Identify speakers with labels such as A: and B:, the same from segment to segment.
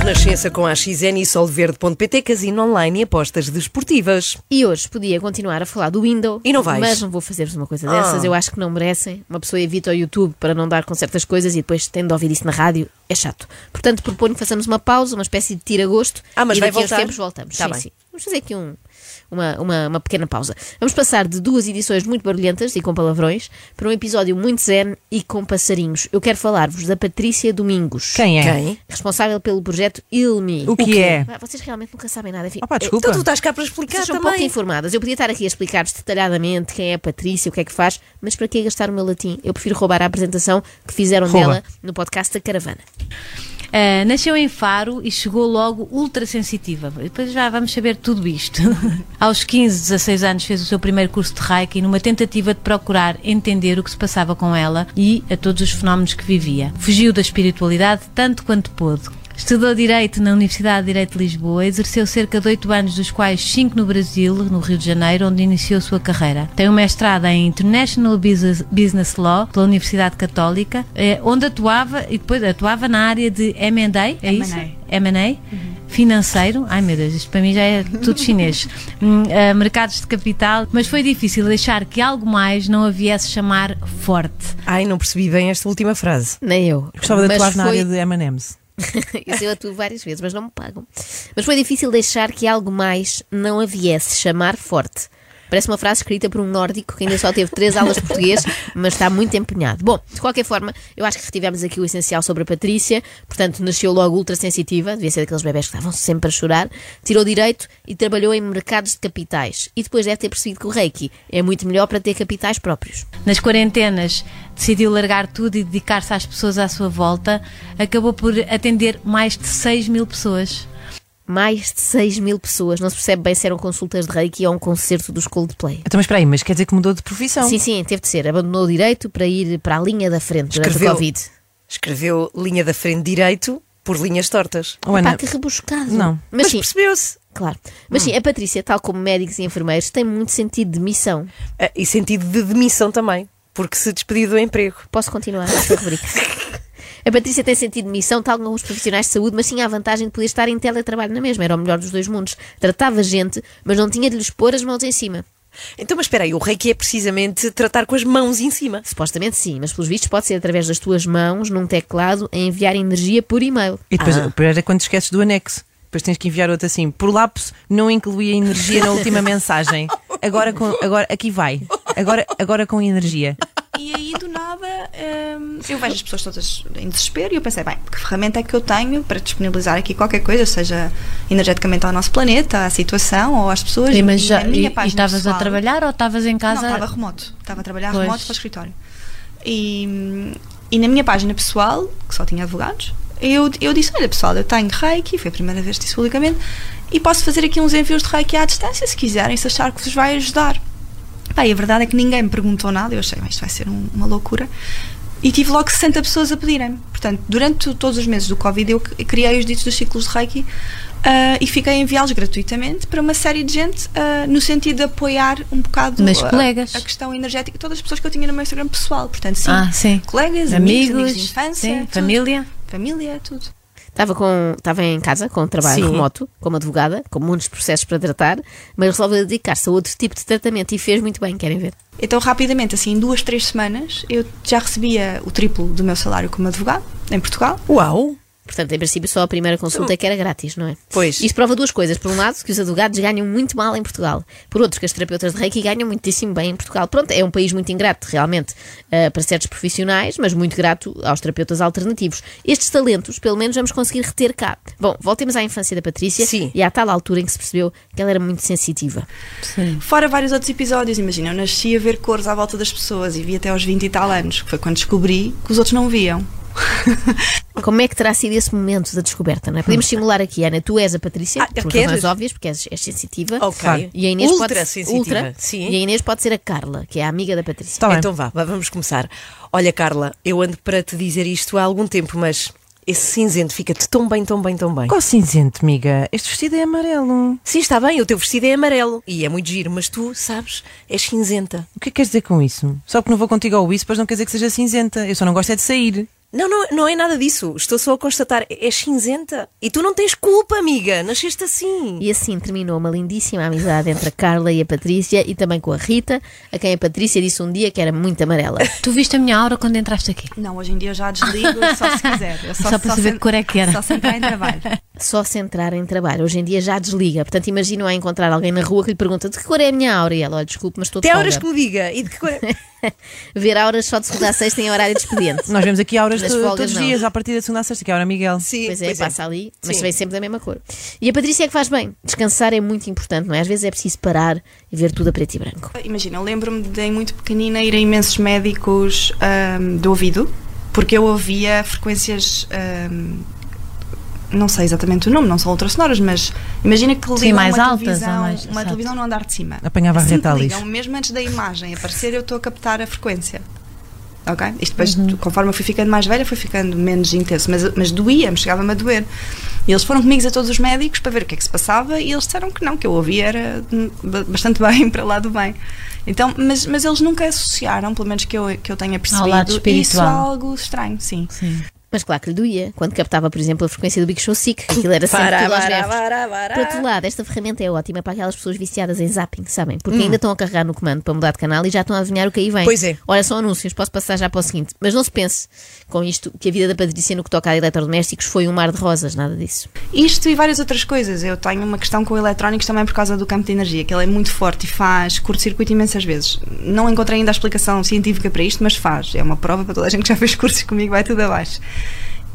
A: Renascença com a XN e solverde.pt, casino online e apostas desportivas.
B: E hoje podia continuar a falar do Windows.
A: E não vais?
B: Mas não vou fazer-vos uma coisa
A: Ah.
B: dessas. Eu acho que não merecem. Uma pessoa evita o YouTube para não dar com certas coisas e depois tendo de ouvir isso na rádio. É chato. Portanto, proponho que façamos uma pausa, uma espécie de tira-gosto.
A: Ah, mas
B: e
A: vai
B: daqui a uns
A: voltar?
B: tempos voltamos.
A: Tá
B: sim,
A: bem.
B: sim. Vamos fazer aqui um- uma, uma, uma pequena pausa. Vamos passar de duas edições muito barulhentas e com palavrões para um episódio muito zen e com passarinhos. Eu quero falar-vos da Patrícia Domingos.
C: Quem é?
A: Quem?
B: Responsável pelo projeto ILME.
C: O que
B: quê?
C: é?
B: Ah, Vocês realmente nunca sabem nada. Enfim,
C: Opa,
B: eu-
C: desculpa. um
A: Então tu estás cá para explicar
B: Sejam pouco
A: também.
B: informadas. Eu podia estar aqui a explicar-vos detalhadamente quem é a Patrícia, o que é que faz, mas para que gastar o meu latim? Eu prefiro roubar a apresentação que fizeram
C: Rouba.
B: dela no podcast da Caravana.
D: Uh, nasceu em Faro e chegou logo ultrassensitiva. Depois já vamos saber tudo isto. Aos 15, 16 anos fez o seu primeiro curso de Reiki numa tentativa de procurar entender o que se passava com ela e a todos os fenómenos que vivia. Fugiu da espiritualidade tanto quanto pôde. Estudou Direito na Universidade de Direito de Lisboa, exerceu cerca de 8 anos, dos quais 5 no Brasil, no Rio de Janeiro, onde iniciou sua carreira. Tem um mestrado em International Business, Business Law pela Universidade Católica, eh, onde atuava e depois atuava na área de M&A, é isso? M&A. Financeiro, ai meu Deus, isto para mim já é tudo chinês. Hum, eh, mercados de capital, mas foi difícil deixar que algo mais não a viesse chamar forte.
C: Ai, não percebi bem esta última frase.
B: Nem eu.
C: Gostava de
B: mas
C: atuar na
B: foi...
C: área de M&M's.
B: Isso eu atuo várias vezes, mas não me pagam. Mas foi difícil deixar que algo mais não a viesse chamar forte. Parece uma frase escrita por um nórdico que ainda só teve três aulas de português, mas está muito empenhado. Bom, de qualquer forma, eu acho que retivemos aqui o essencial sobre a Patrícia. Portanto, nasceu logo ultrassensitiva, devia ser daqueles bebés que estavam sempre a chorar. Tirou direito e trabalhou em mercados de capitais. E depois deve ter percebido que o Reiki é muito melhor para ter capitais próprios.
D: nas quarentenas decidiu largar tudo e dedicar-se às pessoas à sua volta, acabou por atender mais de 6 mil pessoas.
B: Mais de 6 mil pessoas. Não se percebe bem se eram consultas de Reiki ou um concerto dos Coldplay.
C: Então, mas espera aí, mas quer dizer que mudou de profissão?
B: Sim, sim, teve de ser. Abandonou o direito para ir para a linha da frente durante
A: Escreveu.
B: o Covid.
A: Escreveu linha da frente direito por linhas tortas.
C: Oh,
B: Pá,
C: Ana,
B: que rebuscado.
C: Não.
B: Mas, sim,
A: percebeu-se.
B: claro. Mas sim, a Patrícia, tal como médicos e enfermeiros, tem muito sentido de missão.
A: Ah, E sentido de demissão também, porque se despediu do emprego.
B: Posso continuar esta rubrica? A Patrícia tem sentido de missão, tal como os profissionais de saúde, mas tinha a vantagem de poder estar em teletrabalho na mesma. Era o melhor dos dois mundos. Tratava gente, mas não tinha de lhes pôr as mãos em cima.
A: Então, mas espera aí, o reiki é precisamente tratar com as mãos em cima.
B: Supostamente sim, mas pelos vistos pode ser através das tuas mãos, num teclado, a enviar energia por e-mail.
C: E depois, o pior é quando te esqueces do anexo. Depois tens que enviar outro assim. Por lapso, não incluí a energia na última mensagem. Agora, com, agora aqui vai. Agora, agora com energia.
E: E aí, do nada, hum, eu vejo as pessoas todas em desespero e eu pensei, bem, que ferramenta é que eu tenho para disponibilizar aqui qualquer coisa, seja energeticamente ao nosso planeta, à situação ou às pessoas? E
D: mas já
E: na minha
D: e- e
E: página
D: estavas a
E: pessoal-
D: trabalhar ou estavas em casa?
E: Não, estava remoto. Estava a trabalhar
D: Pois.
E: remoto para o escritório. E, e na minha página pessoal, que só tinha advogados, eu, eu disse: Olha, pessoal, eu tenho reiki, foi a primeira vez que disse publicamente, e posso fazer aqui uns envios de reiki à distância se quiserem, se achar que vos vai ajudar. Pá, e a verdade é que ninguém me perguntou nada, eu achei, "Bem, isto vai ser um- uma loucura. E tive logo 60 pessoas a pedirem. Portanto, durante todos os meses do Covid, eu c- criei os ditos dos ciclos de Reiki ah, e fiquei a enviá-los gratuitamente para uma série de gente, ah, no sentido de apoiar um bocado
D: Mas
E: a-
D: colegas.
E: a questão energética, todas as pessoas que eu tinha no meu Instagram pessoal. Portanto, sim.
D: Ah, sim.
E: Colegas, amigos, amigos de infância,
D: sim,
E: tudo.
D: família.
E: Família, tudo.
B: Estava, com, estava em casa, com um trabalho
A: Sim.
B: remoto, como advogada, com muitos processos para tratar, mas resolveu dedicar-se a outro tipo de tratamento e fez muito bem, querem ver?
E: Então, rapidamente, assim, em duas, três semanas, eu já recebia o triplo do meu salário como advogado em Portugal.
A: Uau!
B: Portanto, em princípio, só a primeira consulta é que era grátis, não é?
A: Então, Pois.
B: Isto prova duas coisas. Por um lado, que os advogados ganham muito mal em Portugal. Por outro, que as terapeutas de reiki ganham muitíssimo bem em Portugal. Pronto, é um país muito ingrato, realmente, eh, para certos profissionais, mas muito grato aos terapeutas alternativos. Estes talentos, pelo menos, vamos conseguir reter cá. Bom, voltemos à infância da Patrícia
A: Sim.
B: e à tal altura em que se percebeu que ela era muito sensitiva.
E: Fora vários outros episódios, imagina, eu nasci a ver cores à volta das pessoas e vi até aos 20 e tal anos, que foi quando descobri que os outros não viam.
B: Como é que terá sido esse momento da descoberta, não é? Podemos simular aqui, Ana. Tu és a Patrícia,
A: Ah, eu
B: por
A: quero.
B: razões óbvias, porque és, és sensitiva.
A: Ok.
B: Claro. E a Inês
A: Ultra
B: pode,
A: sensitiva,
B: Ultra.
A: sim.
B: E a Inês pode ser a Carla, que é a amiga da Patrícia.
C: Tá bem.
A: então vá, vá, vamos começar. Olha, Carla, eu ando para te dizer isto há algum tempo, mas esse cinzento fica-te tão bem, tão bem, tão bem.
C: Qual cinzento, amiga? Este vestido é amarelo.
A: Sim, está bem, o teu vestido é amarelo e é muito giro, mas tu, sabes, és cinzenta.
C: O que é que queres dizer com isso? Só porque não vou contigo ao isso, pois não quer dizer que seja cinzenta. Eu só não gosto é de sair.
A: Não, não, não é nada disso. Estou só a constatar. És cinzenta. E tu não tens culpa, amiga. Nasceste assim.
B: E assim terminou uma lindíssima amizade entre a Carla e a Patrícia e também com a Rita, a quem a Patrícia disse um dia que era muito amarela.
D: Tu viste a minha aura quando entraste aqui?
E: Não, hoje em dia eu já desligo só se quiser. Eu
D: Só para saber
E: sen-
D: que cor é que era.
E: Só sentar em trabalho.
B: Só se entrar em trabalho. Hoje em dia já desliga. Portanto, imagino-a encontrar alguém na rua que lhe pergunta de que cor é a minha aura? E ela, olha, desculpe, mas estou de
A: Até horas que
B: folga."
A: me diga. E de que cor é?
B: Ver auras só de segunda a sexta em horário de expediente.
C: Nós vemos aqui auras
B: Nas
C: to-
B: folgas,
C: todos os
B: não.
C: dias, à partir da segunda à sexta, que é a hora Miguel.
A: Sim,
B: Pois é, passa ali, mas
A: Sim.
B: vem sempre da mesma cor. E a Patrícia é que faz bem. Descansar é muito importante, não é? Às vezes é preciso parar e ver tudo a preto e branco.
E: Imagina, eu lembro-me de em muito pequenina ir a imensos médicos ahm, do ouvido, porque eu ouvia frequências. ahm, não sei exatamente o nome, não são ultrassonoras, mas imagina que ligam
D: mais
E: uma,
D: altas ou
E: televisão,
D: mais-
E: uma
D: exato.
E: televisão no andar de cima.
C: Apanhava a
E: assim que
C: reta ali.
E: ligam, mesmo antes da imagem aparecer, eu estou a captar a frequência. Ok? Isto depois,
D: Uhum.
E: tu- conforme eu fui ficando mais velha, foi ficando menos intenso, mas, mas doía-me, chegava-me a doer. E eles foram comigo a todos os médicos para ver o que é que se passava e eles disseram que não, que eu ouvia era hum, ba- bastante bem, para lá do bem. Então, mas, mas eles nunca associaram, pelo menos que eu, que eu tenha percebido,
D: lado
E: isso a
D: espiritual.
E: algo estranho, sim.
D: Sim.
B: Mas claro que lhe doía, quando captava, por exemplo, a frequência do Big Show Sick, que aquilo era sempre
A: Para,
B: tudo aos
A: para,
B: berros.
A: para, para.
B: Por outro lado, esta ferramenta é ótima para aquelas pessoas viciadas em zapping, sabem? Porque ainda estão a carregar no comando para mudar de canal e já estão a adivinhar o que aí vem.
A: Hum. Pois é.
B: Olha, são anúncios, posso passar já para o seguinte. Mas não se pense com isto que a vida da Patrícia no que toca a eletrodomésticos foi um mar de rosas, nada disso.
E: Isto e várias outras coisas. Eu tenho uma questão com eletrónicos também por causa do campo de energia, que ele é muito forte e faz curto-circuito imensas vezes. Não encontrei ainda a explicação científica para isto, mas faz. É uma prova para toda a gente que já fez cursos comigo, vai tudo abaixo.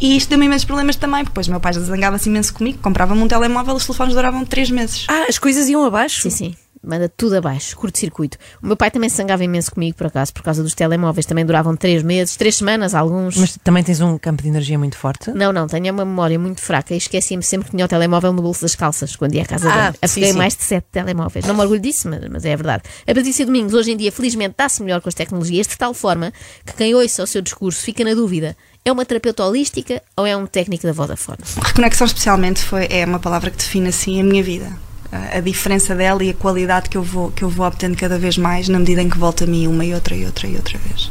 E: E isto deu-me imensos problemas também, porque depois o meu pai já zangava-se imenso comigo, comprava-me um telemóvel, os telefones duravam 3 meses.
A: Ah, as coisas iam abaixo?
B: Sim, sim. Manda tudo abaixo, curto-circuito. O meu pai também se sangava imenso comigo, por acaso, por causa dos telemóveis. Também duravam três meses, três semanas, alguns.
C: Mas também tens um campo de energia muito forte.
B: Não, não, tenho uma memória muito fraca e esqueci-me sempre que tinha o telemóvel no bolso das calças quando ia à casa
A: Ah,
B: dele.
A: sim,
B: Apeguei
A: sim.
B: mais de sete telemóveis. Não me orgulho disso, mas, mas é verdade. A Patrícia Domingos, hoje em dia, felizmente, dá-se melhor com as tecnologias de tal forma que quem ouça o seu discurso fica na dúvida. É uma terapeuta holística ou é um técnico da Vodafone?
E: Reconexão especialmente foi, é uma palavra que define assim a minha vida. A- A diferença dela e a qualidade que eu vou, que eu vou obtendo cada vez mais na medida em que volta a mim uma e outra e outra e outra vez.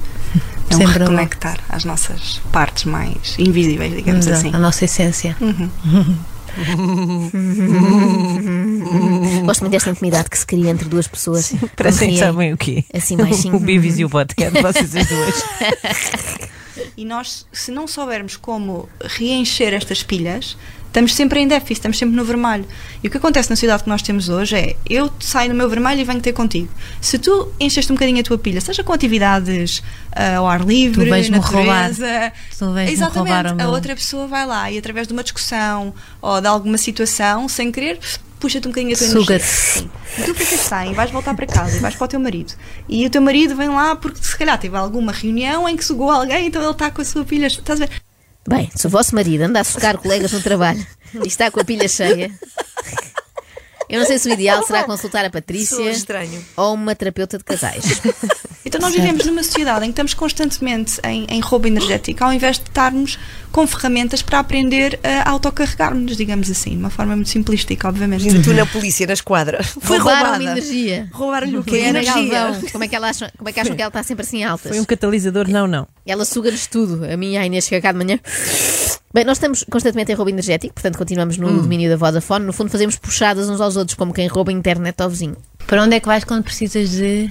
E: É um
D: Sem problema.
E: reconectar às nossas partes mais invisíveis, digamos
D: Exato,
E: assim.
D: A nossa essência.
A: Hum.
B: Gosto muito desta intimidade que se cria entre duas pessoas.
C: Parecem
B: Quando
C: que
B: riem,
C: sabem o quê?
B: Assim, mais sim.
C: O Beavis e o Butthead, vocês as duas.
E: E nós, se não soubermos como reencher estas pilhas, estamos sempre em déficit, estamos sempre no vermelho. E o que acontece na sociedade que nós temos hoje é: eu saio do meu vermelho e venho ter contigo. Se tu encheste um bocadinho a tua pilha, seja com atividades ah, ao ar livre,
D: vais-me
E: natureza,
D: Tu vais-me
E: exatamente,
D: roubar o meu-
E: a outra pessoa vai lá e através de uma discussão ou de alguma situação, sem querer. Puxa-te um bocadinho a tua energia.
D: Suga-te.
E: Sim. E tu ficas sem, vais voltar para casa e vais para o teu marido. E o teu marido vem lá porque se calhar teve alguma reunião em que sugou alguém, então ele está com a sua pilha. Estás a ver?
B: Bem, se o vosso marido anda a socar colegas no trabalho e está com a pilha cheia, eu não sei se o ideal será consultar a
A: Sou
B: Patrícia
A: estranho.
B: ou uma terapeuta de casais.
E: Então nós vivemos numa sociedade em que estamos constantemente em, em roubo energético, ao invés de estarmos com ferramentas para aprender a autocarregar-nos, digamos assim, de uma forma muito simplística, obviamente.
A: Ainda tu na polícia, na esquadra. Foi roubada.
B: Roubaram-me energia.
A: Roubaram-lhe o quê?
B: Foi a Ana
A: Energia.
B: Galvão. Como é que, ela acham, como é que acham que ela está sempre assim em altas?
C: Foi um catalisador, não, não.
B: Ela suga-nos tudo. A minha a Inês chega cá de manhã. Bem, nós estamos constantemente em roubo energético, portanto continuamos no
A: Hum.
B: domínio da Vodafone. No fundo, fazemos puxadas uns aos outros, como quem rouba a internet ao vizinho.
D: Para onde é que vais quando precisas de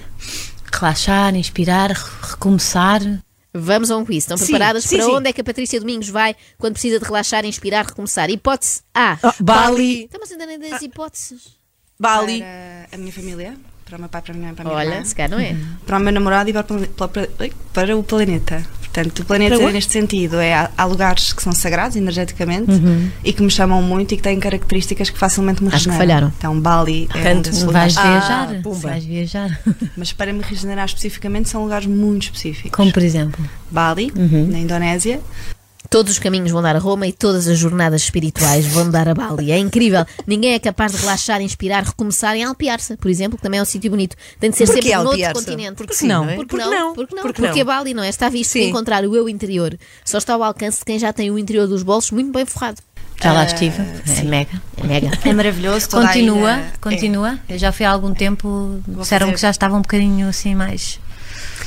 D: relaxar, inspirar, re- recomeçar?
B: Vamos a um quiz. Estão
A: Sim,
B: preparadas
A: sim,
B: para
A: sim.
B: onde é que a Patrícia Domingos vai quando precisa de relaxar, inspirar, recomeçar? Hipótese A.
C: Ah, Bali.
B: Estamos Então, ainda nem das hipóteses.
A: Bali.
E: Para a minha família, para o meu pai, para a minha mãe, para a minha
B: Olha,
E: irmã,
B: se calhar não é.
E: para o meu namorado e para, o plane- para o pla- ai, para o planeta. Portanto, o planeta
A: Para onde?
E: neste sentido é há, há lugares que são sagrados energeticamente e que me chamam muito e que têm características que facilmente me
B: Acho que
E: regeneram.
B: falharam.
E: Então, Bali é um
A: Tanto
E: desses
D: Vais
E: lugares.
A: Ah,
D: viajar?
A: pumba.
D: Vais viajar.
E: Mas para me regenerar especificamente são lugares muito específicos.
D: Como por exemplo.
E: Bali, na Indonésia,
B: Todos os caminhos vão dar a Roma e todas as jornadas espirituais vão dar a Bali. É incrível. Ninguém é capaz de relaxar, inspirar, recomeçar em Alpiarça, por exemplo, que também é um sítio bonito. Tem de ser
A: Porquê
B: sempre noutro
A: Alpiarça?
B: continente.
A: Porque
C: sim, não é?
B: Porque, não? Porque não? Porque,
A: não?
B: Bali não é. Está visto que
A: Sim.
B: encontrar o eu interior. Só está ao alcance de quem já tem o interior dos bolsos muito bem forrado.
D: Já
E: Ah,
D: lá estive. é mega.
B: É mega.
E: é maravilhoso. toda a
D: Continua,
E: ilha- é.
D: continua. Eu já fui há algum tempo, disseram
E: fazer.
D: que já estava um bocadinho assim mais.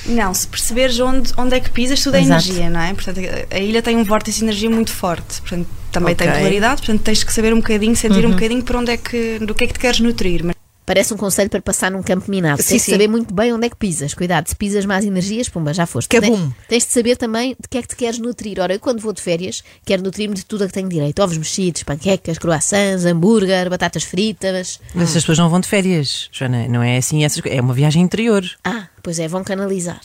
E: Não, se perceberes onde, onde é que pisas, tudo é
B: Exato.
E: energia, não é? Portanto, a a ilha tem um vórtice de energia muito forte. Portanto, também tem
A: Ok.
E: polaridade, portanto, tens que saber um bocadinho, sentir um bocadinho por onde é que, do que é que te queres nutrir. Mas
B: Parece um conselho para passar num campo minado.
A: Sim,
B: tens de
A: sim.
B: saber muito bem onde é que pisas. Cuidado, se pisas mais energias, pumba, já foste.
A: Que é
B: Tem-
A: bom.
B: Tens de saber também de que é que te queres nutrir. Ora, eu quando vou de férias, quero nutrir-me de tudo a que tenho direito. Ovos mexidos, panquecas, croissants, hambúrguer, batatas fritas.
C: Mas as pessoas não vão de férias, Joana. Não é assim, essas, co- é uma viagem interior.
B: Ah, pois é, vão canalizar.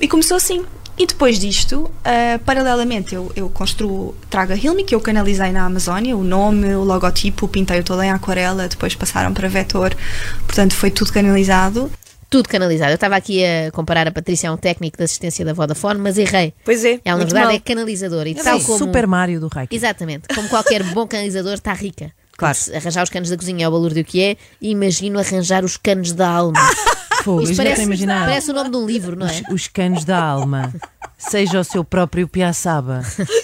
E: E começou assim. E depois disto, ah, paralelamente, eu, eu construo Traga Hilme, que eu canalizei na Amazónia, o nome, o logotipo, pintei-o todo em aquarela, depois passaram para vetor, portanto foi tudo canalizado.
B: Tudo canalizado. Eu estava aqui a comparar a Patrícia a um técnico de assistência da Vodafone, mas errei.
A: Pois é,
B: Ela, na
A: muito
B: verdade,
A: mal.
B: é canalizadora. E
C: É
B: tal
C: o
B: como...
C: Super Mario do Reiki.
B: Exatamente. Como qualquer bom canalizador está rica.
C: Claro.
B: Se Arranjar os canos da cozinha é o valor do que é. e Imagino arranjar os canos da alma.
C: Fogo,
B: Isto
C: isto não
B: parece,
C: estou a imaginar.
B: parece o nome de um livro, não é?
C: Os, os canos da alma. Seja o seu próprio piaçaba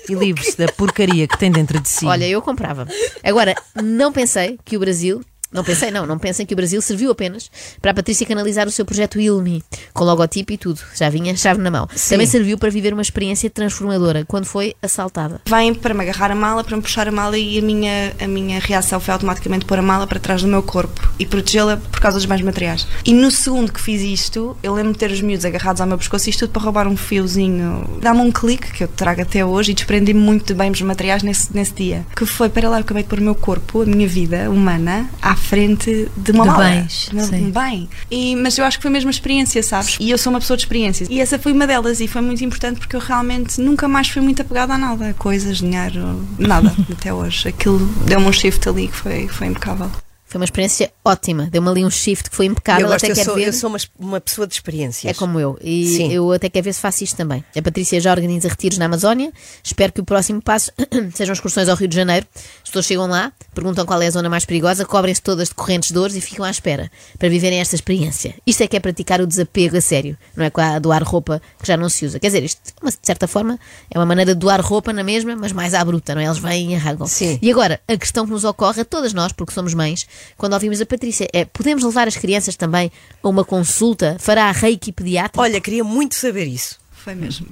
C: e livre-se da porcaria que tem dentro de si.
B: Olha, eu comprava. Agora, não pensei que o Brasil. Não pensei, não, não pensem que o Brasil serviu apenas para a Patrícia canalizar o seu projeto Ilmi, com logotipo e tudo. Já vinha chave na mão. Também serviu para viver uma experiência transformadora quando foi assaltada.
E: Vêm para me agarrar a mala, para me puxar a mala e a minha, a minha reação foi automaticamente pôr a mala para trás do meu corpo e protegê-la por causa dos meus materiais. E no segundo que fiz isto, eu lembro de ter os miúdos agarrados ao meu pescoço e isto tudo para roubar um fiozinho. Dá-me um clique, que eu trago até hoje, e desprendi-me muito bem dos materiais nesse, nesse dia. Que foi para lá, eu acabei de pôr o meu corpo, a minha vida humana, à frente de uma
D: De
E: mala.
D: bens,
E: Não-
D: sim.
E: bem. E, mas eu acho que foi mesmo a experiência, sabes? E eu sou uma pessoa de experiências. E essa foi uma delas e foi muito importante porque eu realmente nunca mais fui muito apegada a nada. Coisas, dinheiro, nada, até hoje. Aquilo deu-me um shift ali que foi, foi impecável.
B: Foi uma experiência ótima. Deu-me ali um shift que foi impecável.
A: Eu, gosto,
B: até
A: eu,
B: quero
A: sou,
B: ver.
A: eu sou uma, uma pessoa de experiências.
B: É como eu. E
A: Sim.
B: eu até quero ver se faço isto também. A Patrícia já organiza retiros na Amazónia. Espero que o próximo passo sejam excursões ao Rio de Janeiro. As pessoas chegam lá, perguntam qual é a zona mais perigosa, cobrem-se todas de correntes de ouros e ficam à espera para viverem esta experiência. Isto é que é praticar o desapego a sério. Não é com a doar roupa que já não se usa. Quer dizer, isto, mas, de certa forma, é uma maneira de doar roupa na mesma, mas mais à bruta, não é? Eles vêm e arrancam.
A: Sim.
B: E agora, a questão que nos ocorre a todas nós, porque somos mães, quando ouvimos a Patrícia, é: podemos levar as crianças também a uma consulta? Fará a reiki pediatra?
A: Olha, queria muito saber isso.
E: Foi mesmo.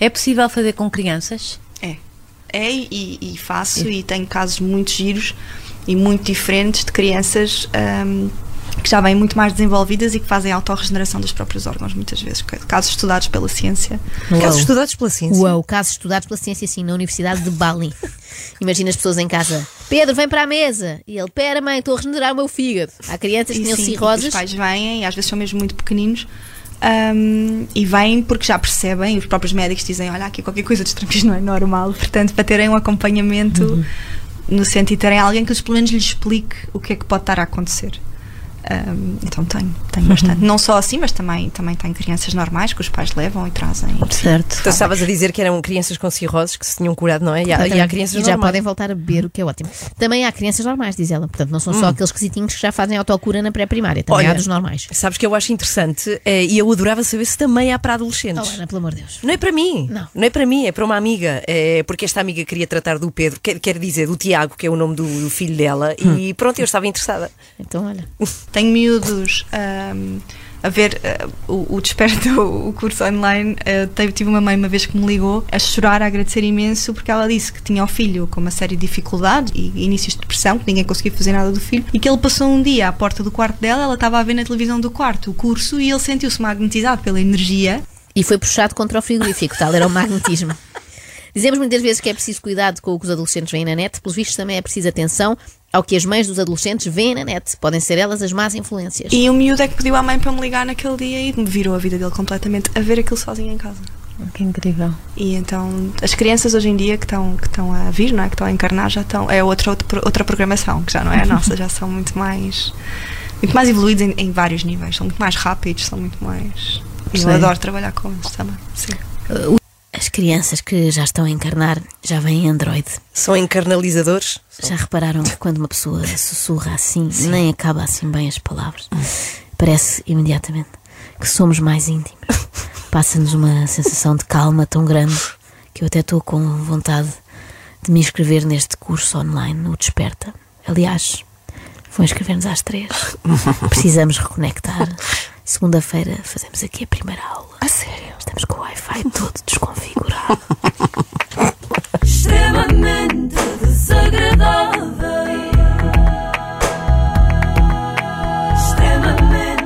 D: É possível fazer com crianças?
E: É. É e, e faço e tenho casos muito giros e muito diferentes de crianças ahm, que já vêm muito mais desenvolvidas e que fazem autorregeneração dos próprios órgãos, muitas vezes. Casos estudados pela ciência.
A: Casos estudados pela ciência.
B: Uau, casos estudados pela ciência, sim, na Universidade de Bali. Imagina as pessoas em casa: Pedro, vem para a mesa. E ele: Pera, mãe, estou a regenerar o meu fígado. Há crianças que
E: E
B: tinham
E: sim,
B: cirroses.
E: Os pais vêm, e às vezes são mesmo muito pequeninos, hum, e vêm porque já percebem, os próprios médicos dizem: olha, aqui qualquer coisa de estrabismo não é normal, portanto, para terem um acompanhamento
B: Uhum.
E: no sentido de terem alguém que lhes, pelo menos lhes explique o que é que pode estar a acontecer. Hum, então tenho,
B: Uhum.
E: tenho bastante. Não só assim, mas também, também tenho crianças normais que os pais levam e trazem.
B: Certo.
D: Tá
A: Então estavas a dizer que eram crianças com cirroses que se tinham curado, não é? E há, e há crianças
B: e já
A: normais.
B: podem voltar a beber, o que é ótimo. Também há crianças normais, diz ela. Portanto, não são
E: Hum.
B: só aqueles quesitinhos que já fazem autocura na pré-primária. Também há
A: Olha,
B: dos normais.
A: Sabes que eu acho interessante eh, e eu adorava saber se também há para adolescentes.
B: Oh, Ana, pelo amor de Deus.
A: Não é para mim.
B: Não.
A: é para mim, é para uma amiga. É porque esta amiga queria tratar do Pedro, quer, quer dizer, do Tiago, que é o nome do, do filho dela, e pronto, eu estava interessada.
B: Então, olha.
E: Tenho miúdos hum, a ver eh, o, o Desperta, o curso online. eh, teve- tive uma mãe uma vez que me ligou a chorar, a agradecer imenso, porque ela disse que tinha o filho com uma série de dificuldades e inícios de depressão, que ninguém conseguia fazer nada do filho, e que ele passou um dia à porta do quarto dela, ela estava a ver na televisão do quarto o curso e ele sentiu-se magnetizado pela energia
B: E foi puxado contra o frigorífico, tal era o magnetismo. Dizemos muitas vezes que é preciso cuidado com o que os adolescentes veem na net, pelos vistos também é preciso atenção ao que as mães dos adolescentes veem na net. Podem ser elas as más influências.
E: E o miúdo é que pediu à mãe para me ligar naquele dia e me virou a vida dele completamente a ver aquilo sozinho em casa.
D: Que incrível.
E: E então as crianças hoje em dia que estão que estão a vir, não é? que estão a encarnar, já estão é outra outra outra programação que já não é a nossa, já são muito mais muito mais evoluídos em, em vários níveis, são muito mais rápidos, são muito mais.
D: Sim.
E: Eu adoro trabalhar com eles também. Sim.
B: As crianças que já estão a encarnar já veem Android.
A: São encarnalizadores.
B: Já repararam que quando uma pessoa sussurra assim, nem acaba assim bem as palavras, parece imediatamente que somos mais íntimos. Passa-nos uma sensação de calma tão grande que eu até estou com vontade de me inscrever neste curso online no Desperta. Aliás, vou inscrever-nos às três. Precisamos reconectar. Segunda-feira fazemos aqui a primeira aula.
A: A sério.
B: todo desconfigurado.
F: extremamente desagradável. Extremamente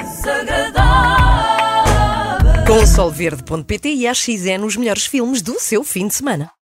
F: desagradável.
A: Com solverde.pt e a XN os melhores filmes do seu fim de semana.